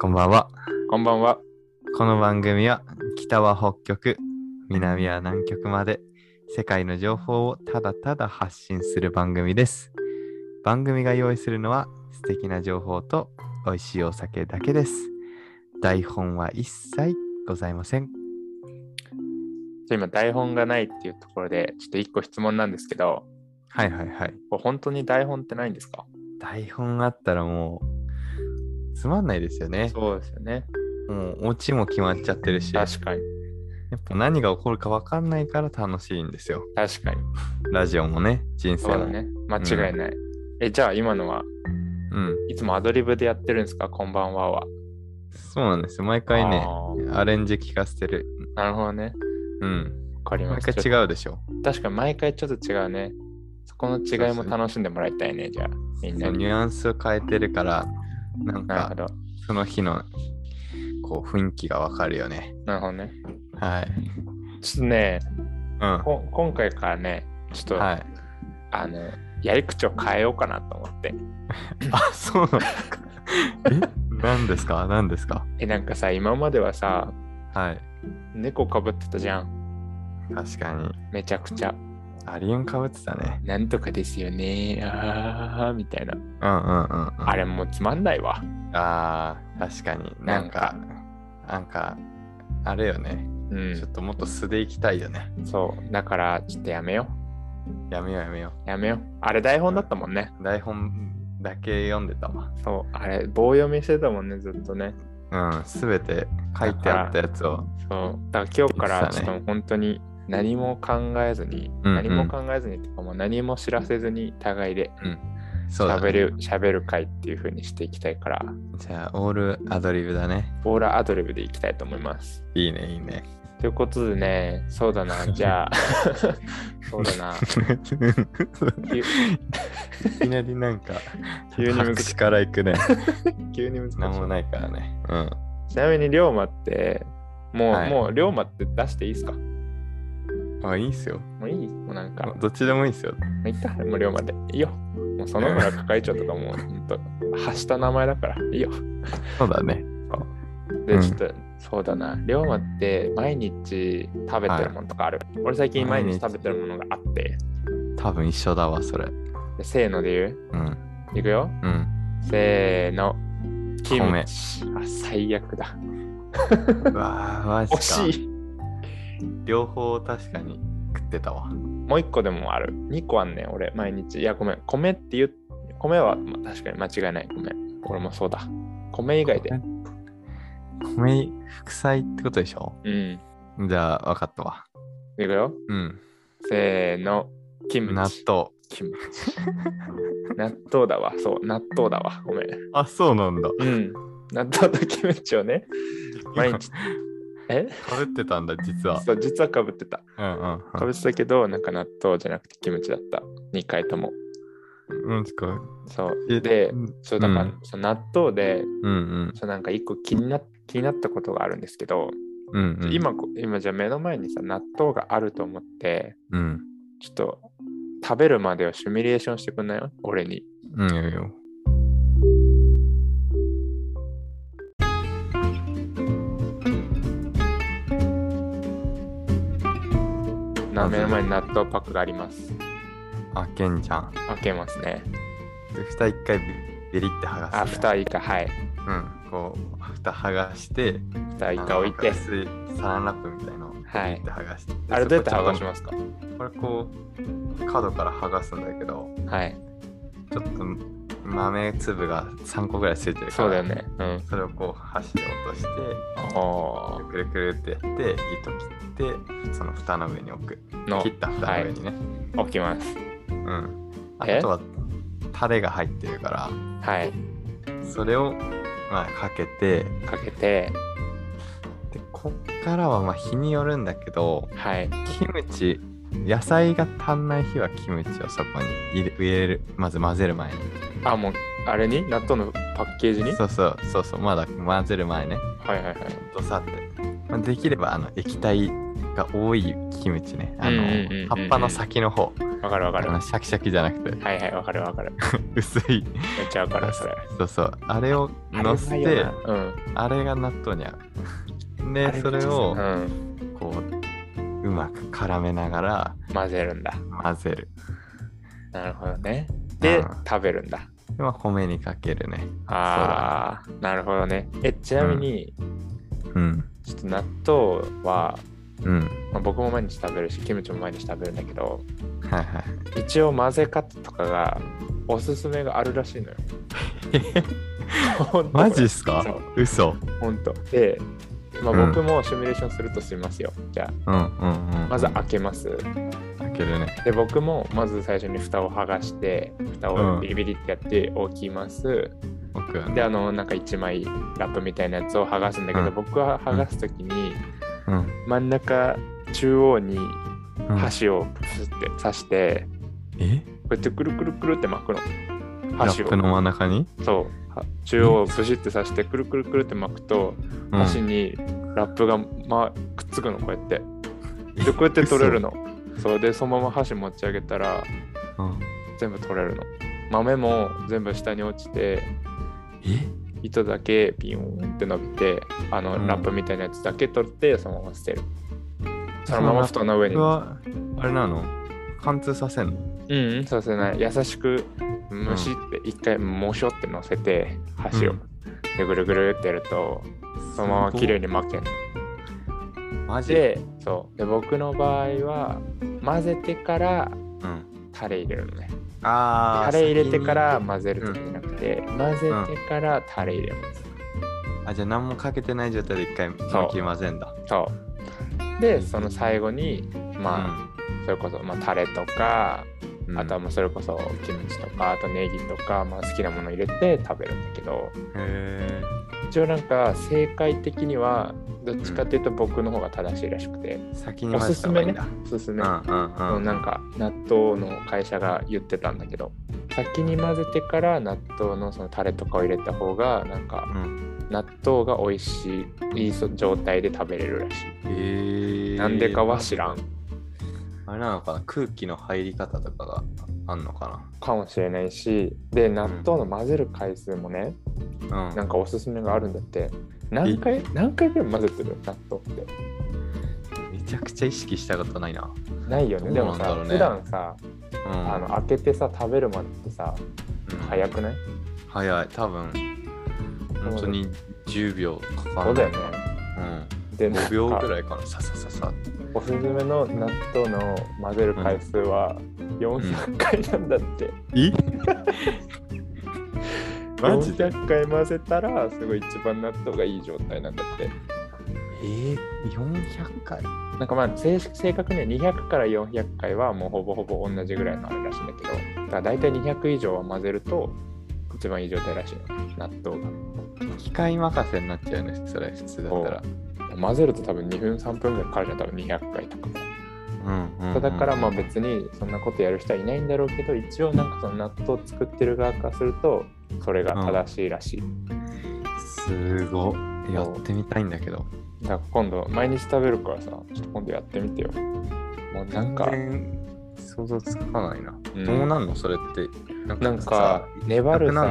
こんばんは。こんばんは。この番組は北は北極、南は南極まで世界の情報をただただ発信する番組です。番組が用意するのは素敵な情報と美味しいお酒だけです。台本は一切ございません。ちょ今、台本がないっていうところで、ちょっと一個質問なんですけど、はいはいはい。これ本当に台本ってないんですか台本あったらもうつまんないですよね。そうですよね。もうオチも決まっちゃってるし、やっ確かに。ぱ何が起こるかわかんないから楽しいんですよ。確かに。ラジオもね、人生そうだも。ね。間違いない。え、じゃあ今のはうん。いつもアドリブでやってるんですかこんばんはは。そうなんですよ。毎回ね、あアレンジ聞かせてる。ーなるほどね。うん。わかりま毎した。回ちょ違うでしょ。っと確かに毎回ちょっと違うね。そこの違いも楽しんでもらいたいね、じゃあ。みんなそうニに。ュアンスを変えてるから、なんなるほかど。その日のこう雰囲気がわかるよね。なるほどね。はい。ちょっとね、うん。こん今回からね、ちょっと、はい。あの、やり口を変えようかなと思って。あ、そうなんですか。え何ですか何ですかえ、なんかさ、今まではさ、はい。猫かぶってたじゃん。確かに。めちゃくちゃ。アリウンかぶってたね。なんとかですよね。あー、みたいな。うんうんうん、うん。あれもうつまんないわ。あー確かになんか、なんか、あれよね。うちょっん。ともっと素でいきたいよね。そう。だから、ちょっとやめよやめようやめよう。やめよう。あれ台本だったもんね。う。台本だけ読んでたわ。そう。あれ、棒読みしてたもんね、ずっとね。うん、すべて書いてあったやつを。そう。だから今日から、そちょうだっとねもう本当に何も考えずに、うんうん何も考えずにとか、もう何も知らせずに、互いでそうだ、喋ね。る、喋る会っていう風にしていきたいから、じゃあ、オールアドリブだね。ボーラーアドリブでいきたいと思います。いいね、いい ね。ということでね、そうだ な、じゃあ、そうだな、いきなりなんか、急に難白し紙からいくね。 急に難しい。なんもないからね。うん。ちなみに、龍馬って、もう、はいもう、龍馬って出していいですかもあ、いいっすよ。ういいもうなんか、もどっちでもいいっすよ。ういったもう龍馬で。いいよ。もう、園村係長とか もう、ほんと、発した名前だから、いいよ。そうだね。うで、んちょっと、そうだな、龍馬って、毎日食べてるものとかある。俺、最近毎日食べてるものがあって、多分一緒だわ、それ。でせーのでう言うん。いくよ。うん。せーの。キム米チ。あ、最悪だ。うわあ、マジか。惜しい。両方確かに食ってたわ。もう一個でもある。二個あんねん、俺、毎日。いや、ごめん。米って言う。米は、まあ確かに間違いない。ごめん。俺もそうだ。米以外で。米、副菜ってことでしょうん。じゃあ、わかったわ。いくよ。うん。せーの。キム納チ。豆。キムチ。納豆だわ。そう、納豆だわ。ごめん。あ、そうなんだ。うん。納豆とキムチをね、毎日。え食べてたんだ、実は。そう、実はかぶってた。うんうんかぶってたけど、なんか納豆じゃなくてキムチだった。二回とも。うん。うん、つか。そう。えでう、んそうだから、うんその納豆で、うんそうなんか一個気にな気になったことがあるんですけど、うん。うん、今こ今じゃあ目の前にさ納豆があると思ってうん。ちょっと食べるまでをシミュレーションしてくんないよ俺にうん、いいよ。まずな目の前に納豆パックがありますあ、けんちゃん。開けますねで、蓋一回ビビリって剥がす、ね。あ蓋以下はいうん。こう、蓋剥がして、蓋以下置いあての薄いサランラップみたいのをはいビリって剥がして。あれどうやって剥がしすますかこれこう、角から剥がすんだけど、はいちょっと豆粒が3個ぐらいついてるから。そうだよ。ねうんそれをこう箸で落として、おくるくるってやって、糸切って、その蓋の上に置く。ーの切った蓋の上にね。置きますうん。えあとは、タレが入ってるから、はいそれを、まあ、かけてかけてでこっからはまあ日によるんだけどはいキムチ野菜が足んない日はキムチをそこに入れ入れるまず混ぜる前にあもうあれに納豆のパッケージにはそうそうそうそうまだ混ぜる前ねいはいはいどさって、まあ、できればあの液体が多いキムチねあの、うんうんうんうんうん葉っぱの先の方うんわかるわかある。のシャキシャキじゃなくてはいはい、わかるわかる。薄いめっちゃわかる、それ。そうそうあれを乗せあれうまいてよなうん。あれが納豆に合うあでれそれをうんこううまく絡めながら混ぜるんだ。混ぜるなるほどね。でうん、食べるんだ。でまあ米にかけるねああ、なるほどね。え、ちなみに、うんちょっと納豆は、うんまあ、僕も毎日食べるし、キムチも毎日食べるんだけど、はいはい一応混ぜ方とかが、おすすめがあるらし いのよ。ほんとこれマジっすかそう嘘本当で、まうあ、ん僕もシミュレーションするとすみますよ、じゃうんうんうんうあんまず開けます開けるねで僕もまず最初に蓋を剥がして蓋うをんビリビリってやって置きます、僕はねであのなんか1枚ラップみたいなやつを剥がすんだけど、うん僕は剥がす時にうん真ん中中央にうん箸をプスって刺して、えこうやってくるくるくるって巻くのラ箸ップをの真ん中にそうは中央をプシって刺してくるくるくるって巻くとうん箸にラップが、ま、くっつくのこうやってでこうやって取れるのそうでそのまま箸持ち上げたらうん全部取れるの豆も全部下に落ちてえ糸だけビヨーンって伸びてあの、うんラップみたいなやつだけ取ってそのまま捨てるそのまま布団の上に僕はあれなの貫通させんのうんうんさせない優しくむしって一回もしょって乗せて箸を、うんでぐるぐるってやるとそのまま綺麗に巻けんのマジでそうで僕の場合は混ぜてからうんタレ入れるのねああタレ入れてから混ぜるとかじゃなくて、混ぜてからタレ入れます、あじゃあ何もかけてない状態で一回巻き混ぜんだそうでその最後にまあ、それこそ、まあ、タレとか、うんあとはもうそれこそキムチとかあとネギとか、まあ、好きなもの入れて食べるんだけどへ一応なんか正解的にはどっちかっていうと僕の方が正しいらしくて、え先にお混ぜすたす方がめいいんねだおすすうめ、んうんそううんなんか納豆の会社が言ってたんだけど先に混ぜてから納豆のそのタレとかを入れた方がなんかうん納豆が美味しいいいそ状態で食べれるらしい、へえなんでかは知らんあれなのかな空気の入り方とかがあんのかかもしれないしで納豆の混ぜる回数もね、なうんなんかおすすめがあるんだって何回何回ぐらい混ぜてる納豆ってめちゃくちゃ意識したことないなないよねでどうなもんださ、ろうね普段さうんあの開けてさ食べるまでってさうん早くない早い多分本当に10秒かかそるうだよねうんでな5んか秒ぐらいかなささささ っておすすめの納豆の混ぜる回数は400回なんだって、えマジで400回混ぜたらすごい一番納豆がいい状態なんだってえー、400回なんかまあ正正確には200から400回はもうほぼほぼ同じぐらいのあれらしいんだけどだから大体200以上は混ぜると一番いい状態らしいよ納豆機械任せになっちゃうねそれ普通だったらが混ぜると多分2分3分ぐらいかかるじゃん多分200回とかうんうんうんだからまあ別にそんなことやる人はいないんだろうけど一応なんかその納豆作ってる側からするとそれが正しいらしい、すごいやってみたいんだけどだから今度毎日食べるからさちょっと今度やってみてよもうなんか全然想像つかないな、うんどうなんのそれってなんなんか粘るさなく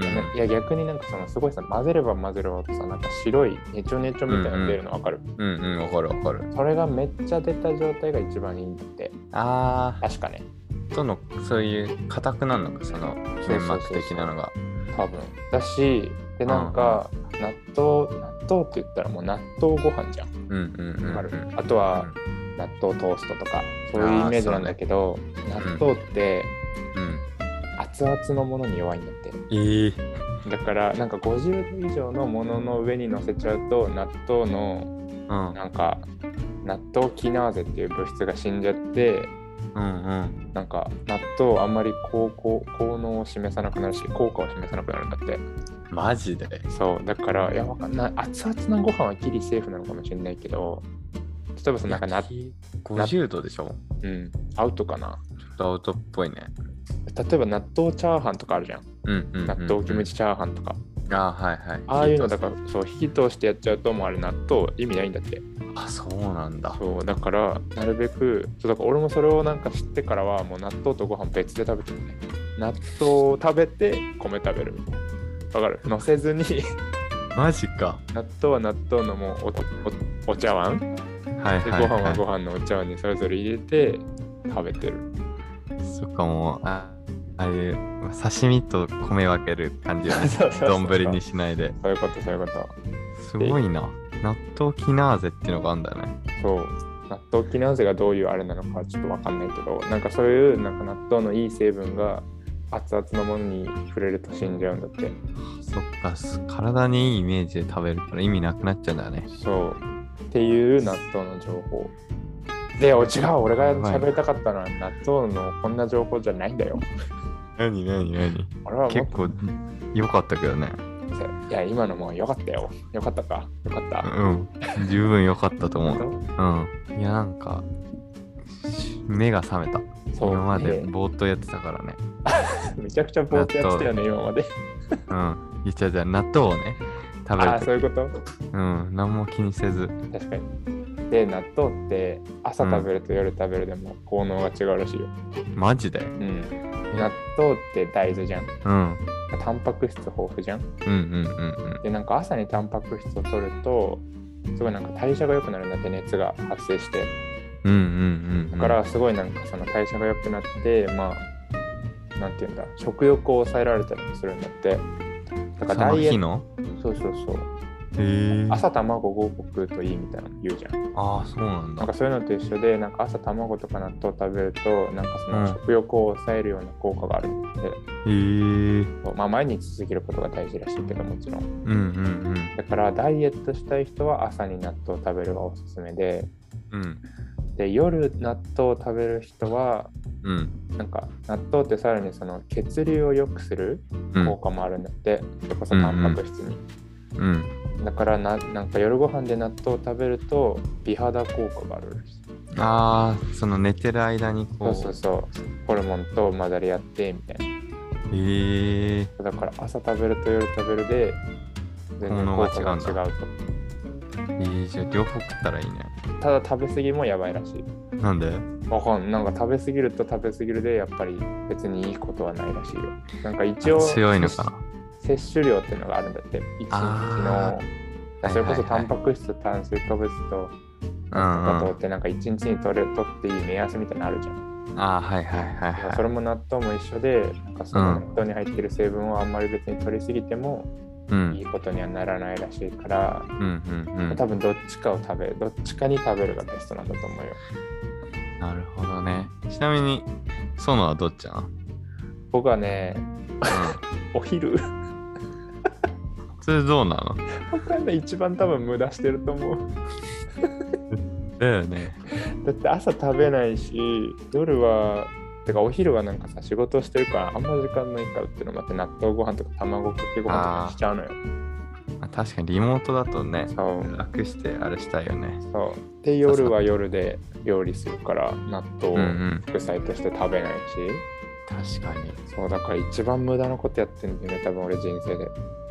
なるのかいや逆になんかそのすごいさ混ぜれば混ぜるほどさなんか白いネチョネチョみたいなの出るの分かる、なうんうんうんわかるわかるそれがめっちゃ出た状態が一番いいんだってあ確かねーとのそういう硬くなるのかそのそうそうそう粘膜的なのが多分だしでなんか納豆納豆って言ったらもう納豆ご飯じゃんうんうんうんわかる、うんあとは納豆トーストとかそういうイメージなんだけど、納豆ってうん熱々のものに弱いんだってえー、だからなんか50度以上のものの上に乗せちゃうと納豆のうんなんか納豆キナーゼっていう物質が死んじゃってうんうんなんか納豆あんまり効効効能を示さなくなるし効果を示さなくなるんだってマジでそうだからいやわかんない熱々のご飯はギリセーフなのかもしれないけど例えばそのなんかな、 50度でしょうん、アウトかなちょっとアウトっぽいね例えば納豆チャーハンとかあるじゃんうんうんうん、うん、納豆キムチチャーハンとか、あーはいはいああいうのだからそう火通してやっちゃうともうあれ納豆意味ないんだってあ、そうなんだ。そうだからなるべくそうだから俺もそれをなんか知ってからはもう納豆とご飯別で食べてるね納豆を食べて米食べるみたいなわかる乗せずに マジか。納豆は納豆のもうおおお茶碗ではいごはい、飯ははご飯のお茶碗にそれぞれ入れて食べてる。い。そっかもう、あああいう刺身と米分ける感じよね そうそうそう丼にしないで。そういうことそういうことすごいな。納豆キナーゼっていうのがあるんだね。そう納豆キナーゼがどういうあれなのかはちょっとわかんないけどなんかそういうなんか納豆のいい成分が熱々のものに触れると死んじゃうんだってそっか、す体にいいイメージで食べるから意味なくなっちゃうんだよね。そうっていう納豆の情報でお違う俺が喋りたかったのは納豆のこんな情報じゃないんだよなになになに俺はもっ結と構良かったけどね。いや今のもよかったよよかったかよかった、うん。十分良かったと思う。本うん。いや、なんか、し目が覚めた。当そう今までねぼーっとやってたからね。めちゃくちゃぼーっとやってたよね今までうん。言っちゃうじゃん。納豆をね、食べあるあとそういうことうん。何も気にせず。確かにで納豆って朝食べると夜食べるでも効能が違うらしいよ、マジでうん、納豆って大豆じゃんうん。タンパク質豊富じゃんうんうんうんでなんか朝にタンパク質を取るとすごいなんか代謝が良くなるんだって熱が発生してうん。うんうんうん。だか、らすごいなんかその代謝が良くなってまあなんていうんだ食欲を抑えられたりもするんだってだかそらダのイエ日ットのそうそうそうへえ。朝卵5個食うといいみたいなの言うじゃんああ、そうなんなんだか。そういうのと一緒でなんか朝卵とか納豆食べるとなんかその食欲を抑えるような効果があるんで、へえ。うんまあ毎日続けることが大事らしいけどもちろんうんだからダイエットしたい人は朝に納豆を食べるがおすすめでうん。うん。で夜納豆を食べる人はうん。なんか納豆ってさらにその血流を良くするうん効果もあるんだって、それこそタンパク質に、うん。だからななんか夜ご飯で納豆を食べると美肌効果があるらしいああ、その寝てる間にこそうう。そうそうホルモンと混ざり合ってみたいへえ。なだから朝食べると夜食べるで全効然能効が果が違うといいじゃん。両方食ったらいいね。ただ食べ過ぎもやばいらしいなんでわかんないなんか食べ過ぎると食べ過ぎるでやっぱり別にいいことはないらしいよなんか一応強いのかな摂摂取量っていうのがあるんだって一日あのーそれこそはタいはいはいンパク質と炭水化物とう砂んう糖んっ。てなんか一日に取れとっていい目安みたいなのあるじゃん、ああ、はいはいはいはい。それも納豆も一緒でなんかそのうん納豆に入ってる成分をあんまり別に取りすぎてもうんいいことにはならないらしいから、うんうんうん。多分どっちかを食べどっちかに食べるがベストなんだと思うよなるほどね。ちなみに、ソノはどっちな の僕はねお昼 普通どうなの僕はね一番多分無駄してると思うだよね。だって朝食べないし夜はてかお昼はなんかさ仕事してるからあんま時間ないからっていうのもあって納豆ご飯とか卵かけご飯とかしちゃうのよまあ確かにリモートだとね、そう楽してあれしたいよね。そうで夜は夜で料理するから納うんう豆をん。副菜として食べないし、確かに。そうだから一番無駄なことやってんだよね多分俺人生で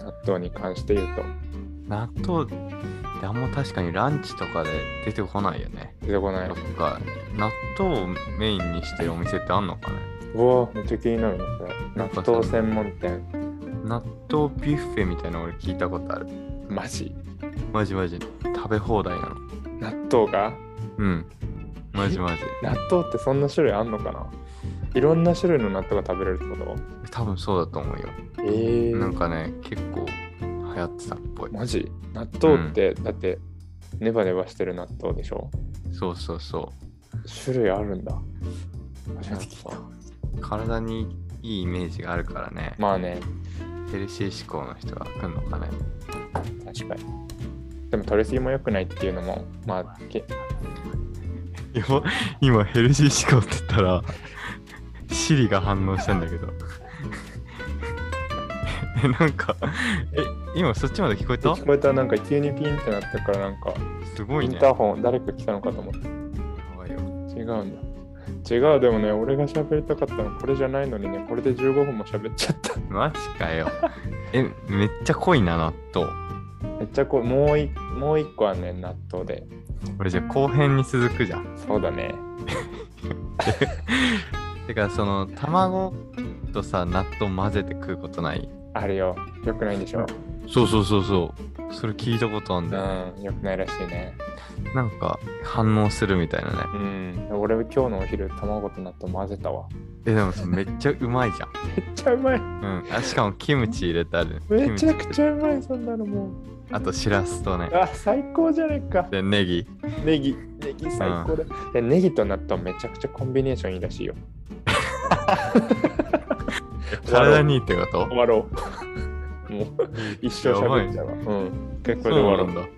納豆に関して言うと納豆ってあんま確かにランチとかで出てこないよね。出てこないなんか納豆をメインにしてるお店ってあんのかねうわめっちゃ気になるねそれ納豆専門店納豆ビュッフェみたいなの俺聞いたことあるマジマジマジ食べ放題なの納豆がうんマジマジ納豆ってそんな種類あんのかないろんな種類の納豆が食べれるってこと多分そうだと思うよえー、なんかね結構流行ってたっぽいマジ納豆って、だってネバネバしてる納豆でしょそうそうそ種類あるんだ初めて聞いた体にいいイメージがあるからね、まあねヘルシー志向の人が来るのかね確かにでも取りすぎも良くないっていうのもまあけいや今ヘルシー思考って言ったらシリが反応したんだけどえなんかえ今そっちまで聞こえた聞こえたらなんか急にピンってなったからなんかすごイいンねターホン誰か来たのかと思ったやばいよ違うんだ違うでもね俺が喋りたかったのこれじゃないのにねこれで15分も喋っちゃったマジかよえめっちゃ濃いな納豆めっちゃこうもういもう一個はね納豆でこれじゃ後編に続くじゃん。そうだね。てかその卵とさ納豆混ぜて食うことないあれよ。よくないんでしょ。そうそうそうそう。それ聞いたことあんうだよ、ん。よくないらしいね。なんか反応するみたいなね。うん。俺、今日のお昼、卵と納豆混ぜたわ。えでもさめっちゃうまいじゃん。めっちゃうまい。うん、あしかもキムチ入れてある。めちゃキくムチちゃうまい、そんなのもう。あとしらすとね。あ、最高じゃないか。でネギ。ネギ。ネギ最高だ。でネギと納豆めちゃくちゃコンビネーションいいらしい よ。体にいいってこと終わろう。もう一生喋っちゃうわ。うん。一回これで終わろう。だ。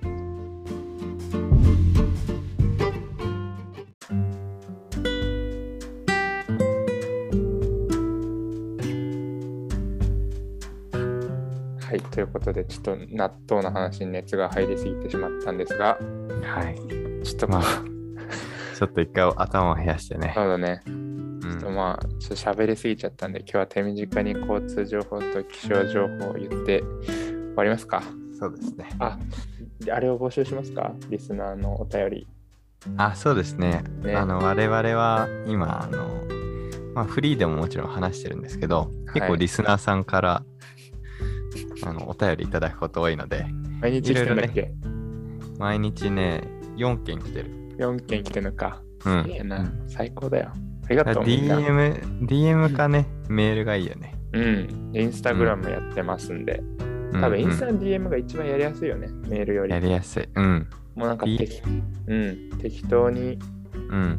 はい、ということで、ちょっと納豆の話に熱が入りすぎてしまったんですが、はい。ちょっとままあ あ、、ちょっと一回頭を冷やしてね。そうだね、うちょっとん、まあ、ちょっと喋りすぎちゃったんで、今日は手短に交通情報と気象情報を言って終わりますか。そうですね。あ、あれを募集しますかリスナーのお便り。あ、そうですね。ねあの、我々は今、あの、まあ、フリーでももちろん話してるんですけど、結構リスナーさんから、あのお便りいただくこと多いので、毎日来てんだっけ毎日ね、4件来てる。 ?4 件来てんのか。うん。いいやな、最高だよ。ありがとう、みんな。 DM、DM かね、メールがいいよね。うん、インスタグラムやってますんで、多分インスタの DM が一番やりやすいよね、メールようんりや。りやすい。うん。もうなんかいい適,、うん、適当にうん。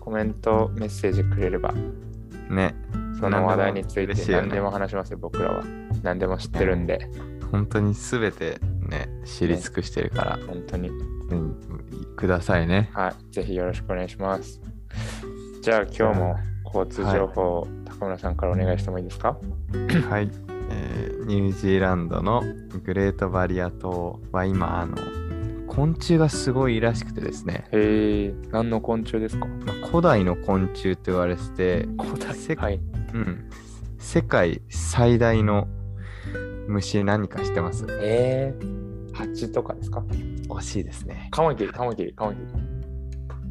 コメント、メッセージくれれば、ね。その話題につい嬉していよね何でも話しますよ、僕らは。何でも知ってるんで、本当にすべてね、知り尽くしてるから、本当に。うん、くださいね。はい、ぜひよろしくお願いします。じゃあ今日も交通情報を高村さんからお願いしてもいいですかはい、えーニュージーランドのグレートバリア島は今あの昆虫がすごいらしくてですね、へえ、何の昆虫ですかまあ、古代の昆虫と言われてて、古世はい。うん、世界最大の虫何か知ってますえー、蜂とかですか惜しいですね。カマキリ、カマキリ、カマキリ。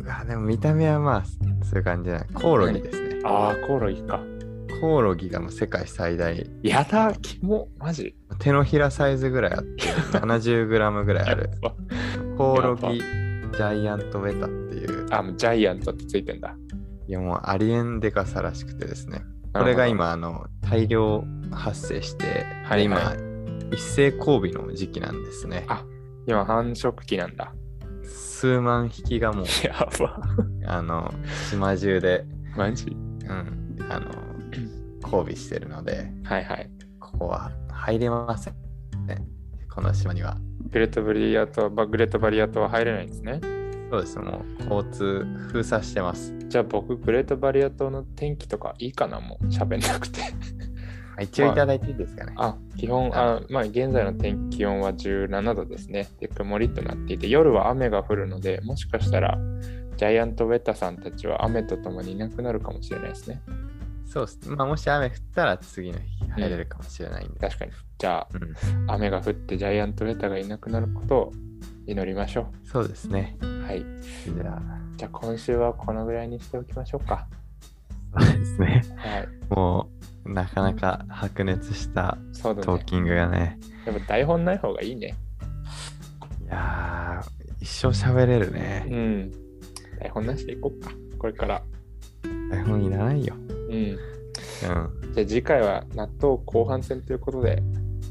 うわでも見た目はまあそういう感じじゃない。コオロギですね。ああ、コオロギか。コオロギがもう世界最大。やだ、キモ、マジ。手のひらサイズぐらいあって、70g ぐらい ある。コオロギジャイアントウェタっていう、あ、もうジャイアントってついてんだ。いやもうありえんでかさらしくてですね、これが今、あの大量発生して、はいでは今、一斉交尾の時期なんですねあ。今繁殖期なんだ。数万匹がもう、やば。あの、島中で、マジうん、あの、交尾してるので、はいはい。ここは入れません。ねこの島には。グレートブリアとバグレートバリア島は入れないんですね。そうです、もう交通封鎖してます。じゃあ僕、グレートバリア島の天気とかいいかなもう喋んなくて。あ一応いただいていいですかね。あ、基本、あまあ現在の天気気温は17度ですね。で、曇りとなっていて、夜は雨が降るので、もしかしたらジャイアントウェッタさんたちは雨とともにいなくなるかもしれないですね。そうです。まあ、もし雨降ったら次の日入れるかもしれないんで。確かに。じゃあ、うん雨が降ってジャイアントウェッタがいなくなることを祈りましょそうですね。う。はい。じゃあ。じゃあ今週はこのぐらいにしておきましょうか。そうですね。はい。もう、なかなか白熱したそうだトねー。キングがね。やっぱ台本ない方がいいね。いやー、一生喋れるうね。ん。台本なしでいこうか。これから。台本いらないよ。うん。うん。じゃあ次回は納豆後半戦ということで。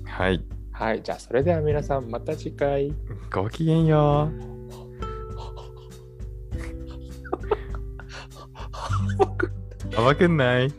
はい。はい。じゃあそれでは皆さんまた次回。ごきげんよう。暴くんない